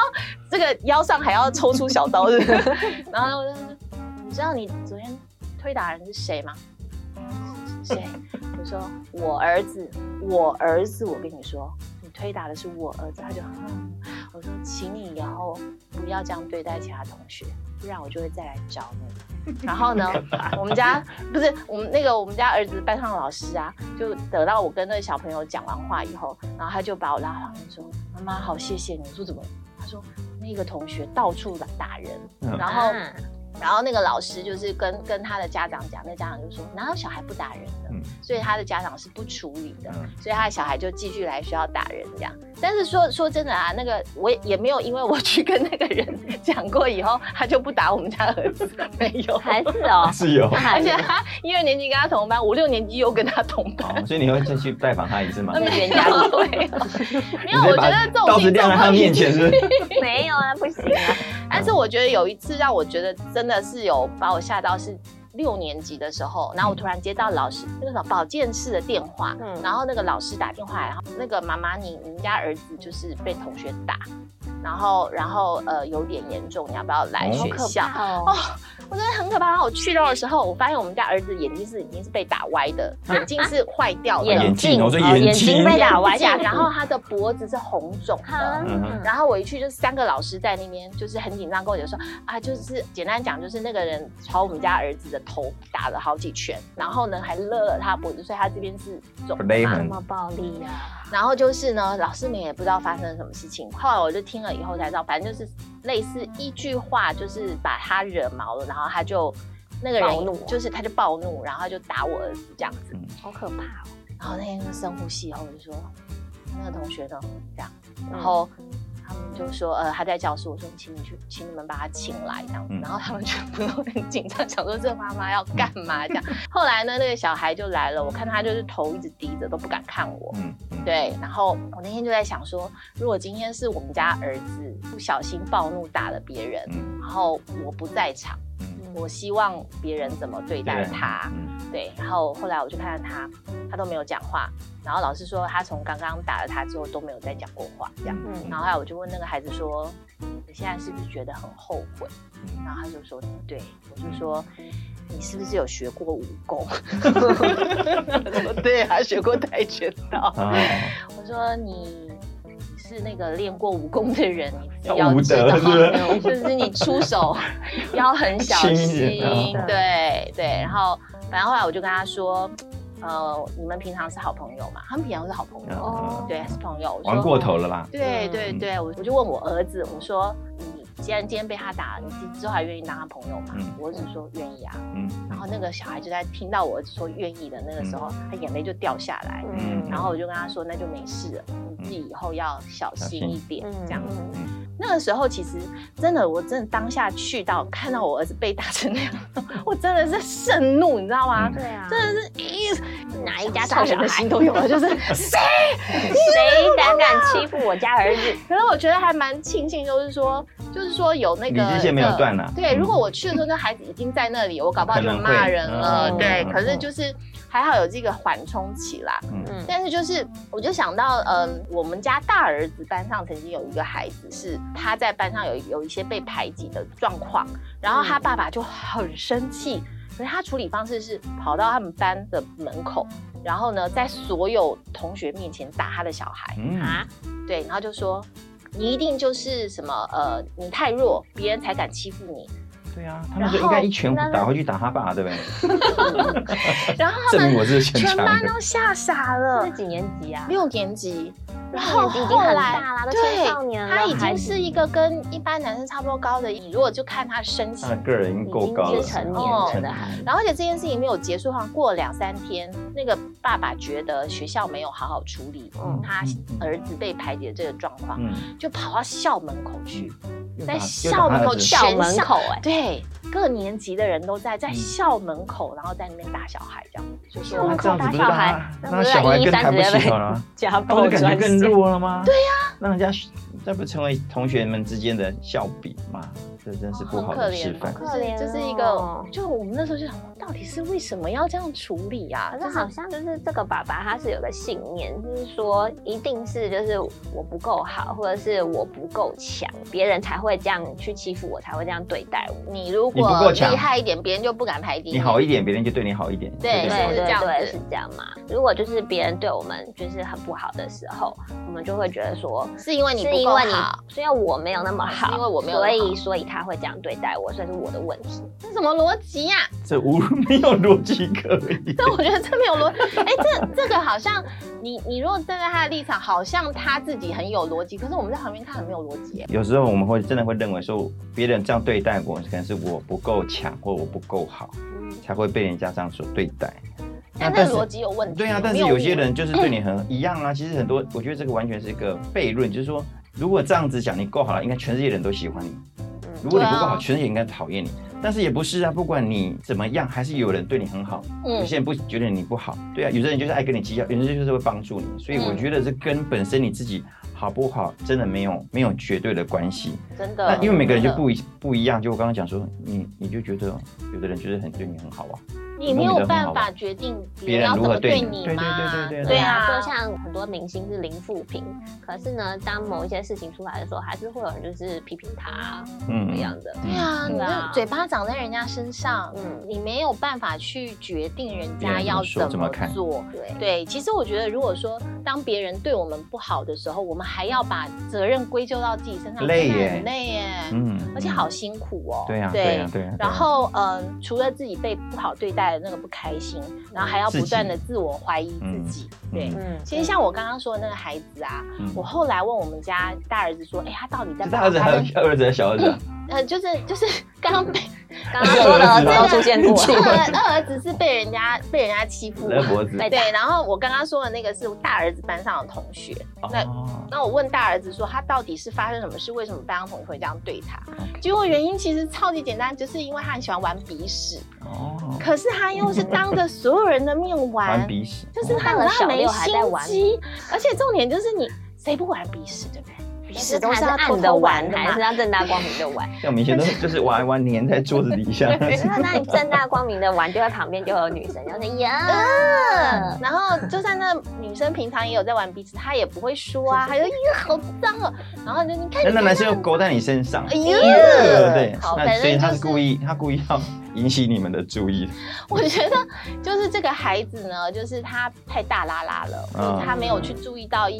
Speaker 2: 这个腰上还要抽出小刀子，然后我就说：“你知道你昨天推打人是谁吗？”谁？我说我儿子，我儿子，我跟你说，你推打的是我儿子。他就，嗯、我说，请你以后不要这样对待其他同学，不然我就会再来找你。然后呢，我们家不是我们那个我们家儿子班上的老师啊，就得到我跟那个小朋友讲完话以后，然后他就把我拉到旁边说：“妈妈，好谢谢你。”我说怎么了？他说那个同学到处打打人，
Speaker 5: 嗯
Speaker 2: 然后然后那个老师就是跟跟他的家长讲，那家长就说哪有小孩不打人的，
Speaker 5: 嗯
Speaker 2: 所以他的家长是不处理的，
Speaker 5: 嗯
Speaker 2: 所以他的小孩就继续来学校打人这样。但是说说真的啊，那个我也也没有因为我去跟那个人 讲过以后，他就不打我们家儿子，没有。
Speaker 6: 还是哦，
Speaker 3: 是 有。
Speaker 2: 而 且他一二年级跟他同班，五六年级又跟他同班，
Speaker 5: 哦好，所以你会再去拜访他一次吗
Speaker 2: 那？么冤家路会。
Speaker 3: 哦你直接
Speaker 2: 没有，我觉
Speaker 3: 把
Speaker 2: 得这种
Speaker 3: 刀
Speaker 2: 情
Speaker 3: 子亮在
Speaker 2: 况
Speaker 3: 他
Speaker 2: 一
Speaker 3: 面
Speaker 2: 定
Speaker 3: 前是不是？
Speaker 6: 没有啊，不行啊，
Speaker 2: 但是我觉得有一次让我觉得真的是有把我吓到，是六年级的时候，然后我突然接到老师那个什么保健室的电话，
Speaker 6: 嗯
Speaker 2: 然后那个老师打电话来，然后那个妈妈你你们家儿子就是被同学打，然后然后呃有点严重，你要不要来
Speaker 5: 哦
Speaker 2: 学校？
Speaker 6: 哦，
Speaker 2: 我真的很可怕。然后我去到的时候，我发现我们家儿子眼睛是已经是被打歪的，
Speaker 3: 啊
Speaker 2: 眼睛是坏掉的，
Speaker 5: 眼镜，我说
Speaker 6: 哦眼睛
Speaker 5: 睛
Speaker 6: 被打歪
Speaker 2: 下，然后他的脖子是红肿的
Speaker 6: 好。
Speaker 5: 嗯哼
Speaker 2: 然后我一去就是三个老师在那边，就是很紧张，跟我讲说啊，就是简单讲就是那个人朝我们家儿子的头打了好几拳，然后呢还勒了他脖子，所以他这边是肿
Speaker 5: 勒
Speaker 2: 嘛
Speaker 5: 痕
Speaker 6: 这么暴力呀，
Speaker 2: 然后就是呢，老师们也不知道发生了什么事情。后来我就听了以后才知道，反正就是类似一句话，就是把他惹毛了，然后他就那个
Speaker 6: 暴怒啊
Speaker 2: 人就是他就暴怒，然后他就打我儿子这样子。
Speaker 6: 好可怕哦，
Speaker 2: 然后那天就深呼吸以后，我就说那个同学呢这样，
Speaker 5: 嗯
Speaker 2: 然后他们就说呃他在教室，我说请你去，请你们把他请来这样子，
Speaker 5: 嗯
Speaker 2: 然后他们就不用很紧张，想说这妈妈要干嘛这样。后来呢，那个小孩就来了，我看他就是头一直低着，都不敢看我。
Speaker 5: 嗯嗯，
Speaker 2: 对，然后我那天就在想说，如果今天是我们家儿子不小心暴怒打了别人，
Speaker 5: 嗯
Speaker 2: 然后我不在场，
Speaker 5: 嗯
Speaker 2: 我希望别人怎么对待
Speaker 5: 对
Speaker 2: 他。
Speaker 5: 嗯
Speaker 2: 对，然后后来我就看到他，他都没有讲话。然后老师说他从刚刚打了他之后都没有再讲过话，这样。
Speaker 5: 嗯
Speaker 2: 然后后来我就问那个孩子说：“你现在是不是觉得很后悔？”
Speaker 5: 嗯
Speaker 2: 然后他就说：“对。”我就说：“你是不是有学过武功？”他说：“ 对啊，学过跆拳道。
Speaker 5: 啊，”
Speaker 2: 我说：“你。”是那个练过武功的人，你自己
Speaker 3: 要
Speaker 2: 要
Speaker 3: 武
Speaker 2: 知
Speaker 3: 德
Speaker 2: 道，
Speaker 3: 是不是
Speaker 2: 就是你出手要很小
Speaker 3: 轻一
Speaker 2: 心
Speaker 3: 点啊，
Speaker 2: 对对。然后反正后来我就跟他说，呃，你们平常是好朋友嘛？他们平常是好朋友，
Speaker 6: 哦
Speaker 2: 对，是朋友。我说
Speaker 5: 啊玩过。头了啦，
Speaker 2: 对
Speaker 6: 嗯
Speaker 2: 对对，我我就问我儿子，我说你既然今天被他打，你之后还愿意当他朋友吗
Speaker 5: 嗯？
Speaker 2: 我儿子说愿意啊。
Speaker 5: 嗯，
Speaker 2: 然后那个小孩就在听到我儿子说愿意的那个时候，他眼泪就掉下来。
Speaker 5: 嗯
Speaker 2: 然后我就跟他说，那就没事了，你自己以后要小心一点，这样。
Speaker 6: 嗯
Speaker 2: 那个时候其实真的，我真的当下去到看到我儿子被打成那样， 我真的是盛怒，你知道吗？
Speaker 5: 嗯
Speaker 6: 对啊，
Speaker 2: 真的是一
Speaker 6: 哪一家
Speaker 2: 大
Speaker 6: 大
Speaker 2: 人
Speaker 6: 人
Speaker 2: 的
Speaker 6: 的
Speaker 2: 心
Speaker 6: 心
Speaker 2: 都
Speaker 6: 都
Speaker 2: 有
Speaker 6: 有
Speaker 2: 了，
Speaker 6: 了
Speaker 2: 就是 谁？
Speaker 6: 谁胆敢欺负我家儿子？
Speaker 2: 可是我觉得还蛮庆幸，就是说，就是说有那
Speaker 5: 理
Speaker 2: 个
Speaker 5: 智线没有断嗯呐。
Speaker 2: 对，如果我去的时候，那孩子已经在那里，我搞不好就骂人了。
Speaker 6: 可能会嗯
Speaker 2: 对，
Speaker 5: 嗯
Speaker 2: 可是就是还好有这个缓冲期啦。
Speaker 6: 嗯
Speaker 2: 但是就是，我就想到，嗯，我们家大儿子班上曾经有一个孩子，是他在班上有有一些被排挤的状况，然后他爸爸就很生气，可是他处理方式是跑到他们班的门口，然后呢，在所有同学面前打他的小孩，
Speaker 5: 嗯
Speaker 6: 啊，
Speaker 2: 对，然后就说你一定就是什么呃，你太弱，别人才敢欺负你，
Speaker 5: 对啊，他们就应该一拳打回去打他爸，对不对？
Speaker 2: 然后他
Speaker 5: 证明
Speaker 2: 们
Speaker 5: 我是很
Speaker 2: 全
Speaker 5: 强
Speaker 2: 班
Speaker 5: 的。
Speaker 2: 都吓傻
Speaker 6: 这
Speaker 2: 了
Speaker 6: 是。几年级啊？
Speaker 2: 六年级，
Speaker 6: 然
Speaker 2: 后
Speaker 6: 后已经很
Speaker 2: 来
Speaker 6: 大啦，都
Speaker 2: 对
Speaker 6: 青少年了，
Speaker 2: 他已
Speaker 6: 还
Speaker 2: 经是一个跟一般男生差不多高的，你如果就看他的身形
Speaker 5: 他的，个人已经够高了，哦嗯
Speaker 6: 已经是成
Speaker 2: 年人了
Speaker 5: 成
Speaker 2: 然后而且这件事情没有结束，好像过了两三天，那个爸爸觉得学校没有好好处理
Speaker 6: 嗯
Speaker 2: 他
Speaker 5: 嗯嗯
Speaker 2: 儿子被排挤的这个状况，
Speaker 5: 嗯，
Speaker 2: 就跑到校门口去，
Speaker 5: 又
Speaker 2: 在
Speaker 5: 打
Speaker 2: 校门口
Speaker 5: 又打他儿子
Speaker 2: 全
Speaker 6: 校门
Speaker 2: 校
Speaker 6: 口哎、
Speaker 2: 对，各年级的人都在在
Speaker 5: 嗯
Speaker 2: 校门口，然后在那边打小孩这样，就
Speaker 6: 校门
Speaker 5: 那
Speaker 2: 说
Speaker 5: 这
Speaker 6: 口
Speaker 5: 样子
Speaker 6: 打
Speaker 5: 不是
Speaker 6: 小
Speaker 5: 让
Speaker 6: 孩
Speaker 5: 他，
Speaker 6: 那
Speaker 5: 让
Speaker 6: 不
Speaker 5: 他
Speaker 6: 是
Speaker 5: 小孩
Speaker 6: 一
Speaker 5: 更
Speaker 6: 三
Speaker 5: 抬不
Speaker 6: 直
Speaker 5: 起
Speaker 6: 接被
Speaker 5: 头了吗？
Speaker 6: 家
Speaker 5: 他不
Speaker 6: 暴
Speaker 5: 哦是感觉
Speaker 6: 专
Speaker 5: 更
Speaker 6: 线。
Speaker 5: 弱了吗？对呀、那人家那不成为同学们之间的笑柄吗？这真是不
Speaker 2: 很
Speaker 5: 好
Speaker 2: 哦可
Speaker 5: 的
Speaker 2: 怜
Speaker 5: 示，范。
Speaker 2: 就
Speaker 6: 可
Speaker 2: 是
Speaker 6: 怜
Speaker 2: 这是一
Speaker 6: 哦
Speaker 2: 个，就我们那时候就想，到底是为什么要这样处理啊？
Speaker 6: 反
Speaker 2: 就
Speaker 6: 正
Speaker 2: 是
Speaker 6: 好像就是这个爸爸，他是有个信念，就是说一定是就是我不够好，或者是我不够强，别人才会这样去欺负我，才会这样对待我。
Speaker 2: 你如
Speaker 5: 你不
Speaker 2: 果
Speaker 5: 够
Speaker 2: 厉
Speaker 5: 强
Speaker 2: 害一点，别人就不敢排挤
Speaker 5: 你好一点，别人就对你好一点。
Speaker 2: 对
Speaker 5: 不
Speaker 2: 是
Speaker 6: 对
Speaker 2: 这
Speaker 6: 对
Speaker 2: 样
Speaker 6: 对，
Speaker 2: 子
Speaker 6: 是这样嘛？如果就是别人对我们就是很不好的时候，我们就会觉得说，
Speaker 2: 是因为你
Speaker 6: 是
Speaker 2: 不
Speaker 6: 因
Speaker 2: 够
Speaker 6: 为你
Speaker 2: 好。，
Speaker 6: 是因为我没有那么好，
Speaker 2: 是因为我没有那
Speaker 6: 所
Speaker 2: 么好
Speaker 6: 以所以他会这样对待我，所以是我的问题。
Speaker 2: 这什么逻辑 呀、
Speaker 5: 这无没有逻辑可言。
Speaker 2: 但我觉得这没有逻，哎、这这个好像你你如果站在他的立场，好像他自己很有逻辑，可是我们在旁边看很没有逻辑耶。
Speaker 5: 有时候我们会真的会认为说，别人这样对待我，可能是我不够强或我不够好，才会被人家这样所对待。
Speaker 2: 但
Speaker 5: 那
Speaker 2: 这个
Speaker 5: 但是
Speaker 2: 逻辑有问题。
Speaker 5: 对啊，但
Speaker 2: 嗯
Speaker 5: 是
Speaker 2: 没
Speaker 5: 有
Speaker 2: 意义
Speaker 5: 些人就是对你很一样啊。其实很多，我觉得这个完全是一个悖论，就是说，如果这样子讲，你够好了，应该全世界人都喜欢你；如果你不够
Speaker 2: 对
Speaker 5: 好，
Speaker 2: 啊
Speaker 5: 全世界应该讨厌你。但是也不是啊，不管你怎么样，还是有人对你很好，有
Speaker 2: 嗯
Speaker 5: 些人不觉得你不好。对啊，有些人就是爱跟你计较，有些人就是会帮助你。所以我
Speaker 2: 嗯
Speaker 5: 觉得这跟本身你自己好不好，真的没有没有绝对的关系。
Speaker 2: 真
Speaker 5: 那
Speaker 2: 的，
Speaker 5: 因为每个人就不一不一样，就我刚刚讲说，你你就觉得有的人就是很对你很好啊，
Speaker 2: 你没有办法决定别人要怎么对你嘛。
Speaker 5: 别人如何对你对对对对对
Speaker 2: 对
Speaker 6: 就
Speaker 2: 啊，
Speaker 6: 像很多明星是零负评，可是呢，当某一些事情出来的时候，还是会有人就是批评他啊怎
Speaker 5: 嗯
Speaker 6: 么，样的。
Speaker 2: 对啊，你
Speaker 6: 对啊
Speaker 2: 的嘴巴长在人家身上，
Speaker 6: 嗯
Speaker 2: 你没有办法去决定人
Speaker 5: 别
Speaker 2: 家
Speaker 5: 人怎
Speaker 2: 要
Speaker 5: 么说
Speaker 2: 怎
Speaker 5: 怎
Speaker 2: 么
Speaker 5: 么看
Speaker 2: 做。
Speaker 6: 对，
Speaker 2: 对，其实我觉得，如果说当别人对我们不好的时候，我们还要把责任归咎到自己身上，
Speaker 5: 累
Speaker 2: 真的
Speaker 5: 耶
Speaker 2: 很累耶，
Speaker 5: 嗯，
Speaker 2: 而且好辛苦哦。
Speaker 5: 对呀，对呀，对呀。
Speaker 2: 然后，嗯，除了自己被不好对待的那个不开心，然后还要
Speaker 5: 自
Speaker 2: 不断
Speaker 5: 己
Speaker 2: 的自我怀疑自
Speaker 5: 嗯
Speaker 2: 己。对，
Speaker 6: 嗯，
Speaker 2: 其实像我刚刚说的那个孩子啊，
Speaker 5: 嗯
Speaker 2: 我后来问我们家大儿子说，哎，他到底在
Speaker 5: 是
Speaker 2: 不
Speaker 5: 大儿子还
Speaker 2: 在
Speaker 5: 有二儿子还是小 儿子啊？
Speaker 2: 呃，就是就是 刚刚被
Speaker 6: 刚刚 说的儿子都出现 过
Speaker 2: 二
Speaker 6: 了，
Speaker 2: 儿二儿子是被人家被人家欺负
Speaker 5: 勒
Speaker 2: 嘛。
Speaker 5: 脖子。
Speaker 6: 被打
Speaker 2: 对，然后我刚刚说的那个是大儿子班上的同学，那
Speaker 5: 哦
Speaker 2: 那我问大儿子说他到底是发生什么事，为什么班上同学会这样对他？
Speaker 5: OK
Speaker 2: 结果原因其实超级简单，就是因为他很喜欢玩鼻屎，
Speaker 5: 哦，
Speaker 2: 可是他又是当着所有人的面玩，
Speaker 5: 玩鼻屎，
Speaker 2: 就是
Speaker 5: 哦
Speaker 2: 他
Speaker 6: 到了小
Speaker 2: 很没
Speaker 6: 六还在
Speaker 2: 心
Speaker 6: 玩
Speaker 2: 机，而且重点就是你谁不玩鼻屎，对不对？鼻屎都
Speaker 6: 还
Speaker 2: 是
Speaker 6: 是
Speaker 2: 要偷
Speaker 6: 暗
Speaker 2: 偷
Speaker 6: 的
Speaker 2: 玩
Speaker 6: 玩，
Speaker 2: 的
Speaker 6: 还
Speaker 2: 嘛
Speaker 6: 是。要正大光明的玩？
Speaker 5: 像我们以前都是就是玩一玩粘在桌子底下。
Speaker 6: 那那你正大光明的玩，就在旁边就有女生，然后说呀，
Speaker 2: 嗯然后就算那女生平常也有在玩鼻屎，她也不会说啊，还有一个好脏哦。然后就你看，
Speaker 5: 那那男生又勾在你身上，
Speaker 2: 哎
Speaker 5: 对
Speaker 2: 呦，
Speaker 5: 不对？
Speaker 2: 好，
Speaker 5: 那
Speaker 2: 反
Speaker 5: 所以
Speaker 2: 正
Speaker 5: 他
Speaker 2: 就是
Speaker 5: 故意，他故意要引起你们的注意。
Speaker 2: 我觉得就是这个孩子呢，就是他太大啦啦了，
Speaker 5: 嗯
Speaker 2: 或者他没有去注意到一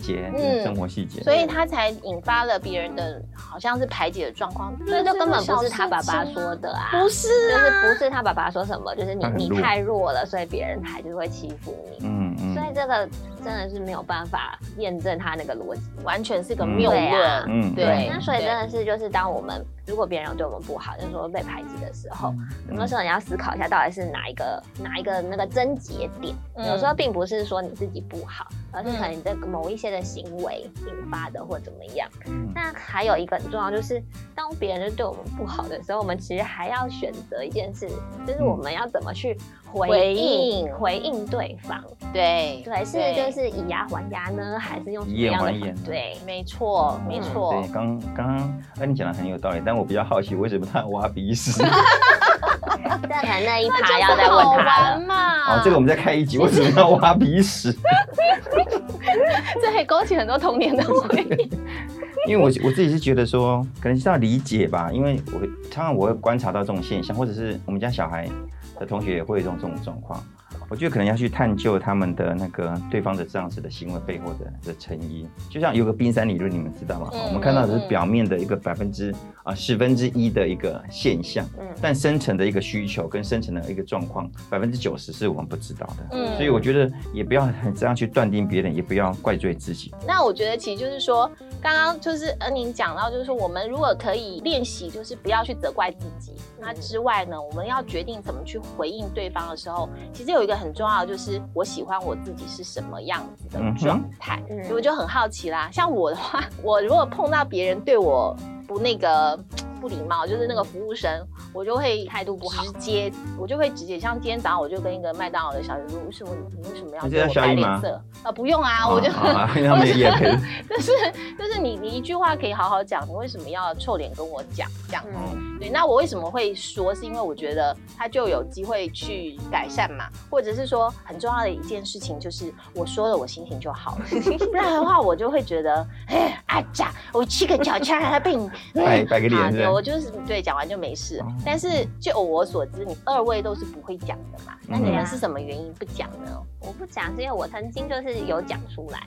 Speaker 2: 些，
Speaker 5: 节，
Speaker 2: 嗯
Speaker 5: 生活细节。
Speaker 2: 所以他才引发了别人的好像是排解的状况，
Speaker 6: 所以就根本不是
Speaker 2: 这
Speaker 6: 他爸爸
Speaker 2: 小事情
Speaker 6: 说
Speaker 2: 啊，
Speaker 6: 的啊，
Speaker 2: 不是
Speaker 6: 就
Speaker 2: 啊，
Speaker 6: 是不是他爸爸说什么，就是你
Speaker 5: 他很
Speaker 6: 你
Speaker 5: 弱
Speaker 6: 太弱了，所以别人还就是会欺负你。
Speaker 5: 嗯
Speaker 6: 所以
Speaker 5: 嗯
Speaker 6: 这个真的是没有办法验证他那个逻辑。
Speaker 2: 完全是个
Speaker 5: 嗯
Speaker 2: 谬
Speaker 6: 对啊
Speaker 2: 论。
Speaker 5: 嗯，
Speaker 2: 对
Speaker 6: 那所以真的是就是当我们如果别人有对我们不好，就是说被排挤的时候，
Speaker 5: 嗯
Speaker 6: 有没有时候你要思考一下，到底是哪一个哪一个那个症结点？
Speaker 2: 嗯
Speaker 6: 有时候并不是说你自己不好，而是可能你的某一些的行为引发的或怎么样。
Speaker 5: 嗯
Speaker 6: 那还有一个很重要就是，当别人就对我们不好的时候，我们其实还要选择一件事，就是
Speaker 5: 嗯
Speaker 6: 我们要怎么去回
Speaker 2: 回
Speaker 6: 应
Speaker 2: 应
Speaker 6: 回应对方。
Speaker 2: 对
Speaker 6: 对，是
Speaker 2: 对
Speaker 6: 就是以牙还牙呢，还是用什么
Speaker 5: 以眼
Speaker 6: 样的
Speaker 5: 还眼呢
Speaker 6: 对？
Speaker 2: 没错，没错
Speaker 5: 对，，刚刚刚恩你讲的很有道理，但我比较好奇为什么他要挖 鼻屎？
Speaker 6: 这可能那一
Speaker 2: 那就是
Speaker 6: 趴要再问
Speaker 2: 好
Speaker 6: 他
Speaker 2: 玩
Speaker 6: 了。
Speaker 2: 嘛。
Speaker 5: 哦，这个我们再开一集，为什么要挖鼻屎？
Speaker 2: 这还勾起很多童年 的回忆。
Speaker 5: 因为我我自己是觉得说，可能是要理解吧，因为我常常我会观察到这种现象，或者是我们家小孩的同学也会有这种这种状况。我觉得可能要去探究他们的那个对方的这样子的行为背后的的成因。就像有个冰山理论，你们知道吗？
Speaker 2: 嗯
Speaker 5: 我们看到的是表面的一个百分之啊十分之一的一个现象，
Speaker 2: 嗯
Speaker 5: 但深层的一个需求跟深层的一个状况，百分之九十是我们不知道的。
Speaker 2: 嗯
Speaker 5: 所以我觉得也不要很这样去断定别人，也不要怪罪自己。
Speaker 2: 那我觉得其实就是说，刚刚就是恩宁讲到，就是说我们如果可以练习，就是不要去责怪自己。那之外呢，我们要决定怎么去回应对方的时候，其实有一个很重要的就是我喜欢我自己是什么样子的
Speaker 5: 嗯哼
Speaker 2: 状态。
Speaker 6: 嗯
Speaker 2: 所以我就很好奇啦，像我的话，我如果碰到别人对我不那个。不礼貌，就是那个服务生，我就会态度不好，直接我就会直接，像今天早上我就跟一个麦当劳的小姐说，为什么你为什么要
Speaker 5: 你是
Speaker 2: 对
Speaker 5: 要
Speaker 2: 我
Speaker 5: 小
Speaker 2: 摆
Speaker 5: 姨
Speaker 2: 脸
Speaker 5: 吗
Speaker 2: 色？啊，不用啊，我就
Speaker 5: 啊， 因为他们也也陪。
Speaker 2: 就是就是你你一句话可以好好讲，你为什么要臭脸跟我讲这样？
Speaker 6: 嗯
Speaker 2: 对，那我为什么会说？是因为我觉得他就有机会去改善嘛，或者是说很重要的一件事情就是我说了我心情就好 了，不然的话我就会觉得，哎啊咋，我吃个饺子还被你
Speaker 5: 摆摆个脸
Speaker 2: 啊
Speaker 5: 是不
Speaker 2: 对，
Speaker 5: 是
Speaker 2: 我就是对讲完就没事
Speaker 5: 哦。
Speaker 2: 但是就我所知，你二位都是不会讲的嘛，那你
Speaker 5: 嗯
Speaker 2: 们是什么原因不讲呢？
Speaker 6: 我不讲是因为我曾经就是有讲出来，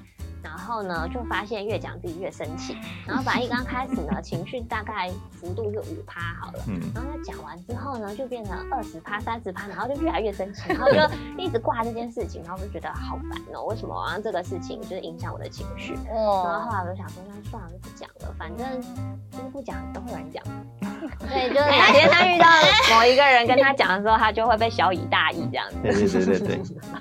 Speaker 6: 然后呢就发现越讲自己越生气，然后反正一刚开始呢情绪大概幅度就五趴好了。
Speaker 5: 嗯，
Speaker 6: 然后他讲完之后呢，就变成二十趴、三十趴，然后就越来越生气，然后就一直挂这件事情，然后我就觉得好烦哦，为什么好像这个事情就是影响我的情绪？然后
Speaker 2: 哦
Speaker 6: 后，来我就想说，那算了，就不讲了，反正就是不讲都会有人讲。 对，就是哪天他遇到某一个人跟他讲的时候，他就会被小以大义这样子。
Speaker 5: 对对对对对，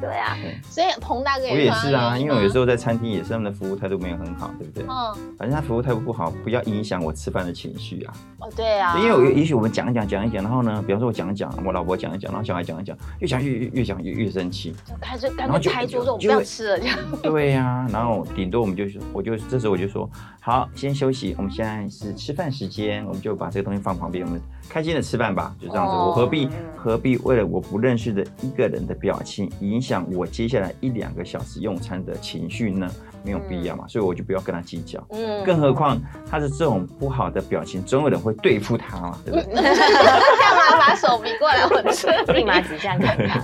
Speaker 6: 对啊，
Speaker 2: 所以彭大哥
Speaker 5: 我也是
Speaker 2: 碰
Speaker 5: 啊，
Speaker 2: 到
Speaker 5: 因为我有
Speaker 2: 吗
Speaker 5: 时候在餐厅也是他们的服务态度没有很好，对不对？
Speaker 2: 嗯。
Speaker 5: 反正他服务态度不好，不要影响我吃饭的情绪啊。
Speaker 2: 哦，对啊，
Speaker 5: 因为我也许我们讲一讲讲一讲，然后呢，比方说我讲一讲，我老婆讲一讲，然后小孩讲一讲，越讲越越越讲越越生气。
Speaker 2: 就开始干
Speaker 5: 然后
Speaker 2: 脆
Speaker 5: 就
Speaker 2: 开桌子，
Speaker 5: 就
Speaker 2: 我们不
Speaker 5: 就
Speaker 2: 要
Speaker 5: 会
Speaker 2: 吃了这样。
Speaker 5: 对呀、然后顶多我们就是，我就这时候我就说，好，先休息，我们现在是吃饭时间，我们就把这个东西放旁边，我们开心的吃饭吧，就这样子。
Speaker 2: 哦
Speaker 5: 我何必
Speaker 2: 嗯
Speaker 5: 何必为了我不认识的一个人的表情，影响我接下来一两个小时用餐的情绪呢？没有必
Speaker 6: 嗯
Speaker 5: 要嘛，所以我就不要跟他计较。
Speaker 2: 嗯，
Speaker 5: 更何况他是这种不好的表情，总有人会对付他嘛，对不 对？
Speaker 2: 干嘛把手比过来我这
Speaker 6: 立
Speaker 2: 里？
Speaker 6: 马指向看他。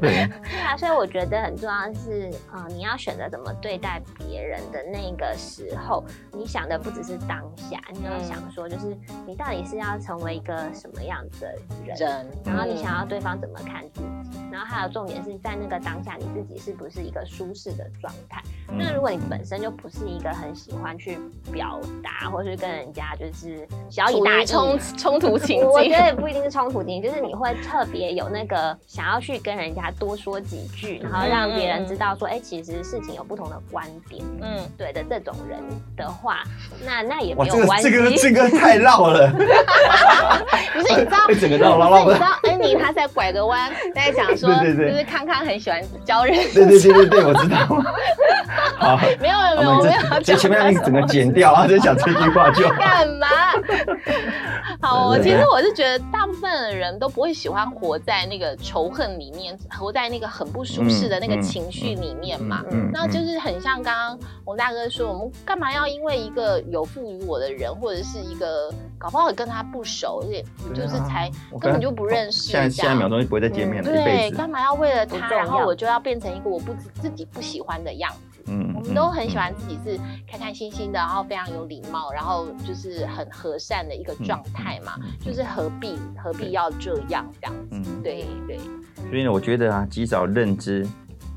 Speaker 5: 对，
Speaker 6: 对啊，所以我觉得很重要的是，呃，你要选择怎么对待别人的那个时候，你想的不只是当下，你要
Speaker 2: 嗯
Speaker 6: 想说，就是你到底是要成为一个什么样子的人，
Speaker 2: 人，
Speaker 6: 然后你想要对方怎么看自己，然后还有重点是在那个当下你自己是不是一个舒适的状态。
Speaker 5: 嗯
Speaker 6: 那如果你本身就不是一个很喜欢去表达，或是跟人家就是小以
Speaker 2: 处
Speaker 6: 大
Speaker 2: 于
Speaker 6: 义
Speaker 2: 冲冲突情
Speaker 6: 我觉
Speaker 2: 境，
Speaker 6: 得也不一定是冲突情绪，就是你会特别有那个想要去跟人家多说几句，然后让别人知道说，哎、其实事情有不同的观点，
Speaker 2: 嗯，
Speaker 6: 对的这种人的话，那那也
Speaker 3: 哇，
Speaker 6: 没
Speaker 3: 这
Speaker 6: 有
Speaker 3: 个
Speaker 6: 关系。
Speaker 3: 这个这个太绕 了，
Speaker 2: 不是你 知道。
Speaker 3: 哎整个绕绕绕
Speaker 2: 你知
Speaker 3: 的。
Speaker 2: 道恩妮她在拐个弯，在讲说，
Speaker 3: 对对对
Speaker 2: 就是康康很喜欢教人，
Speaker 3: 对对对对对，我知 道。好，
Speaker 2: 没
Speaker 5: 啊
Speaker 2: 有没有
Speaker 3: 我
Speaker 2: 没有，
Speaker 5: 哦
Speaker 2: 我
Speaker 3: 们
Speaker 2: 没有要
Speaker 3: 这这
Speaker 2: 教
Speaker 3: 前面
Speaker 2: 他
Speaker 3: 那个
Speaker 2: 什
Speaker 3: 整个
Speaker 2: 么
Speaker 3: 剪掉啊，就讲这句话 就好。
Speaker 2: 干嘛？好，我
Speaker 5: 对
Speaker 2: 其
Speaker 5: 对
Speaker 2: 实我是觉得大部分的人都不会喜欢活在那个仇恨里面，活在那个很不舒适的那个
Speaker 5: 嗯嗯
Speaker 2: 情绪里面嘛。
Speaker 5: 嗯
Speaker 2: 那就是很像刚刚洪大哥说，我们干嘛要因为一个有负于我的人，或者是一个搞不好跟他不熟，也就是才
Speaker 5: 嗯我
Speaker 2: 根本
Speaker 5: 跟他
Speaker 2: 就不认识
Speaker 5: 下
Speaker 2: 这
Speaker 5: 下一
Speaker 2: 样。
Speaker 5: 秒
Speaker 2: 嗯
Speaker 5: 钟就不会再见面了，啊一辈
Speaker 2: 对，
Speaker 5: 子。
Speaker 2: 干嘛要为了
Speaker 6: 不
Speaker 2: 他，
Speaker 6: 重要
Speaker 2: 然后我就要变成一个我不自自己不喜欢的样子？
Speaker 5: 嗯
Speaker 2: 我们都很喜欢自己是开开心心的，然后非常有礼貌，然后就是很和善的一个状态嘛，就是何必何必要这样这样子？
Speaker 5: 嗯
Speaker 2: 对对，
Speaker 5: 所以呢，我觉得啊，及早认知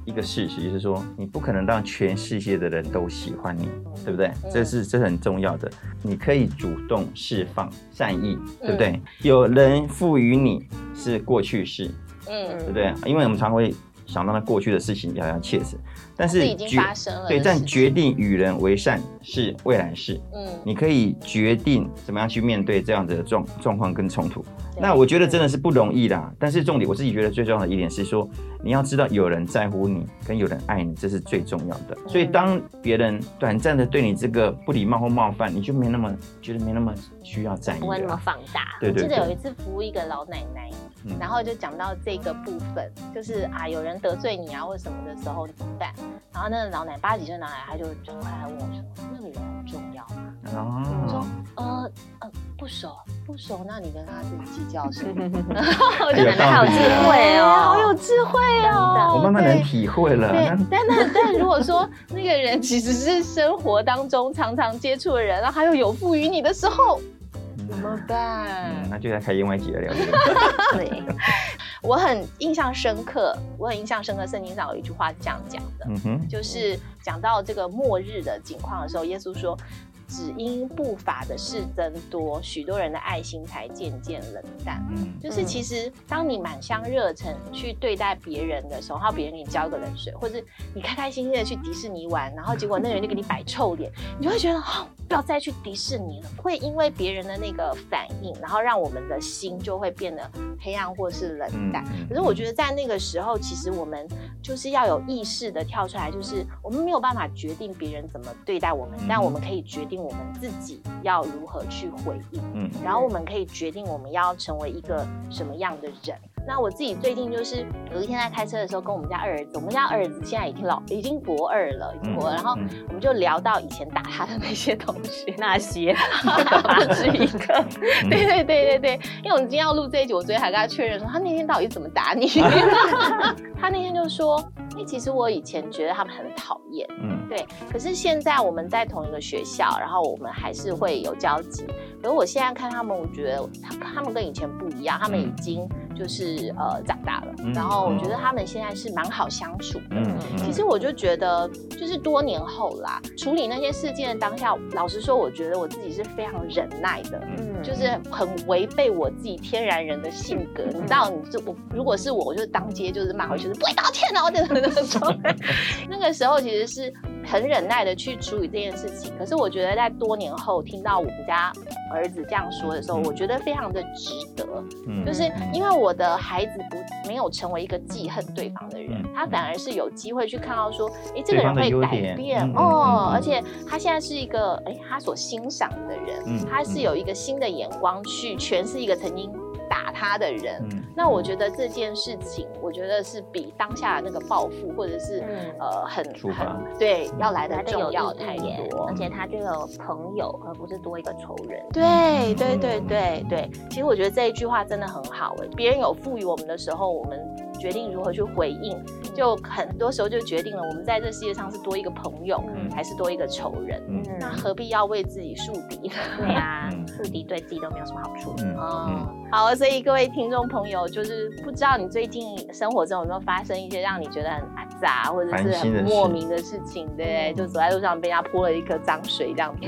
Speaker 5: 一个事实，就是说你不可能让全世界的人都喜欢你，对不对？
Speaker 2: 嗯
Speaker 5: 这是这是很重要的。你可以主动释放善意，对不对？有人赋予你是过去式，
Speaker 2: 嗯，
Speaker 5: 对不对？因为我们常会想到那过去的事情，咬牙切齿。但
Speaker 2: 是
Speaker 5: 是
Speaker 2: 已经
Speaker 5: 决
Speaker 2: 发生了
Speaker 5: 对，
Speaker 2: 的
Speaker 5: 但
Speaker 2: 事
Speaker 5: 决定与人为善是未来事。
Speaker 2: 嗯，
Speaker 5: 你可以决定怎么样去面对这样子的状状况跟冲突。那我觉得真的是不容易啦。但是重点，我自己觉得最重要的一点是说，你要知道有人在乎你，跟有人爱你，这是最重要的。所以当别人短暂的对你这个不礼貌或冒犯，你就没那么觉得没那么需要在意
Speaker 6: 不会那么
Speaker 5: 了。
Speaker 6: 放 大，
Speaker 5: 对
Speaker 2: 我
Speaker 5: 对
Speaker 2: 记得有
Speaker 5: 对
Speaker 2: 一，次服务一个老奶奶，
Speaker 5: 嗯
Speaker 2: 然后就讲到这个部分，就是啊，有人得罪你啊或者什么的时候你怎么办？然后那个老奶八十几岁的老奶奶，她就转过来问我说：“那个人很重要吗
Speaker 5: 哦，
Speaker 2: 呃呃，不熟不熟，那你跟他是计较 什么？
Speaker 6: 我觉得
Speaker 5: 有道理
Speaker 6: 好有智慧
Speaker 2: 哎哦 好有智慧
Speaker 6: 哦。
Speaker 2: 哦！
Speaker 5: 我慢啊慢
Speaker 2: 对
Speaker 5: 能体会了。
Speaker 2: 对
Speaker 5: 那，
Speaker 2: 但那但如果说那个人其实是生活当中常常接触的人，然后他又有负于你的时候，怎么办
Speaker 5: 嗯，？那就来开另外一集来聊这个。
Speaker 6: 对，
Speaker 2: 我很印象深刻，我很印象深刻，圣经上有一句话是这样讲的，
Speaker 5: 嗯哼，
Speaker 2: 就是讲到这个末日的景况的时候，耶稣说：“只因不法的事增多，许多人的爱心才渐渐冷淡。”
Speaker 5: 嗯
Speaker 2: 就是其实当你满腔热忱去对待别人的时候，然后别人给你浇一个冷水，或者你开开心心的去迪士尼玩，然后结果那个人就给你摆臭脸，你就会觉得哦，不要再去迪士尼了。会因为别人的那个反应，然后让我们的心就会变得黑暗或是
Speaker 5: 嗯
Speaker 2: 冷淡。可是我觉
Speaker 5: 得，
Speaker 2: 得在那个时候，其实我们就是要有意识的跳出来，就是我们没有办法决定别人怎么对待我们，
Speaker 5: 嗯
Speaker 2: 但我们可以决定我们自己要如何去回应。
Speaker 5: 嗯
Speaker 2: 然后我们可以决定我们要成为一个什么样的人。那我自己最近就是有一天在开车的时候，跟我们家二儿子，我们家二儿子现在已经老，已经博二了，已经博二，然后
Speaker 5: 嗯
Speaker 2: 我们就聊到以前打他的那些同学，
Speaker 6: 那 些
Speaker 2: 那是一个，
Speaker 5: 嗯
Speaker 2: 对对对对对，因为我们今天要录这一集，我昨天还跟他确认说他那天到底怎么打你， 他那天就说，因为其实我以前觉得他们很讨厌。
Speaker 5: 嗯
Speaker 2: 对，可是现在我们在同一个学校，然后我们还是会有交集。可是我现在看他们，我觉得他他们跟以前不一样，他们已经就是呃长大了，
Speaker 5: 嗯
Speaker 2: 然后我
Speaker 5: 嗯
Speaker 2: 觉得他们现在是蛮好相处的。
Speaker 5: 嗯嗯，
Speaker 2: 其实我就觉得，就是多年后啦，处理那些事件的当下，老实说，我觉得我自己是非常忍耐的。
Speaker 6: 嗯，
Speaker 2: 就是很违背我自己天然人的性格，你知道，你就我如果是我，我就当街就是骂回去，就是不会道歉哦的，我等等那种。那个时候其实是很忍耐的去处理这件事情，可是我觉得在多年后听到我们家儿子这样说的时候，
Speaker 5: 嗯
Speaker 2: 我觉得非常的值得，
Speaker 5: 嗯
Speaker 2: 就是因为我的孩子不没有成为一个记恨对方的人
Speaker 5: 嗯，
Speaker 2: 他反而是有机会去看到说，诶，这个
Speaker 5: 对
Speaker 2: 人
Speaker 5: 方的
Speaker 2: 会
Speaker 5: 优
Speaker 2: 改
Speaker 5: 点
Speaker 2: 变
Speaker 5: 嗯嗯
Speaker 2: 哦
Speaker 5: 嗯，嗯
Speaker 2: 而且他现在是一个诶，他所欣赏的人
Speaker 5: 嗯，
Speaker 2: 他是有一个新的眼光去诠释一个曾经打他的人。
Speaker 5: 嗯
Speaker 2: 那我觉得这件事情，我觉得是比当下那个报复或者是
Speaker 6: 嗯
Speaker 2: 呃很
Speaker 5: 处罚嗯
Speaker 2: 很对要来
Speaker 6: 来
Speaker 2: 的
Speaker 6: 的
Speaker 2: 重
Speaker 6: 有
Speaker 2: 要
Speaker 6: 意
Speaker 2: 太
Speaker 6: 义耶
Speaker 2: 多嗯
Speaker 6: 而。且他就有朋友，而不是多一个仇人。
Speaker 2: 对
Speaker 5: 嗯
Speaker 2: 对对对对，其实我觉得这一句话真的很好诶、别人有赋予我们的时候，我们决定如何去回应，
Speaker 5: 嗯
Speaker 2: 就很多时候就决定了我们在这世界上是多一个朋友，
Speaker 5: 嗯
Speaker 2: 还是多一个仇人。
Speaker 5: 嗯
Speaker 6: 嗯
Speaker 2: 那何必要为自己树敌呢？
Speaker 6: 对啊
Speaker 5: 嗯，
Speaker 6: 宿敌对自己都没有什么好处。
Speaker 5: 嗯
Speaker 2: 哦，好，所以各位听众朋友，就是不知道你最近生活中有没有发生一些让你觉得很阿杂或者是
Speaker 5: 烦心
Speaker 2: 很
Speaker 5: 的
Speaker 2: 莫
Speaker 5: 事嗯
Speaker 2: 名的事情，对不对？就走在路上被人家泼了一颗脏水这样子。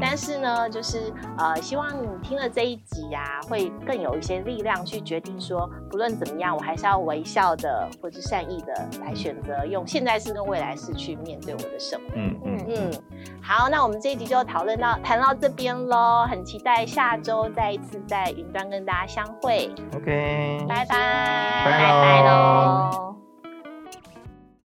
Speaker 2: 但是呢，就是呃，希望你听了这一集啊，会更有一些力量去决定说，不论怎么样，我还是要微笑的或者善意的来选择用现在式跟未来式去面对我的生活。
Speaker 5: 嗯嗯
Speaker 2: 嗯，好，那我们这一集就讨论到谈到这边喽，很期待下周再一次在云端跟大家相会，
Speaker 5: ，OK，
Speaker 2: 拜拜，
Speaker 5: 拜
Speaker 2: 拜喽。
Speaker 6: 哦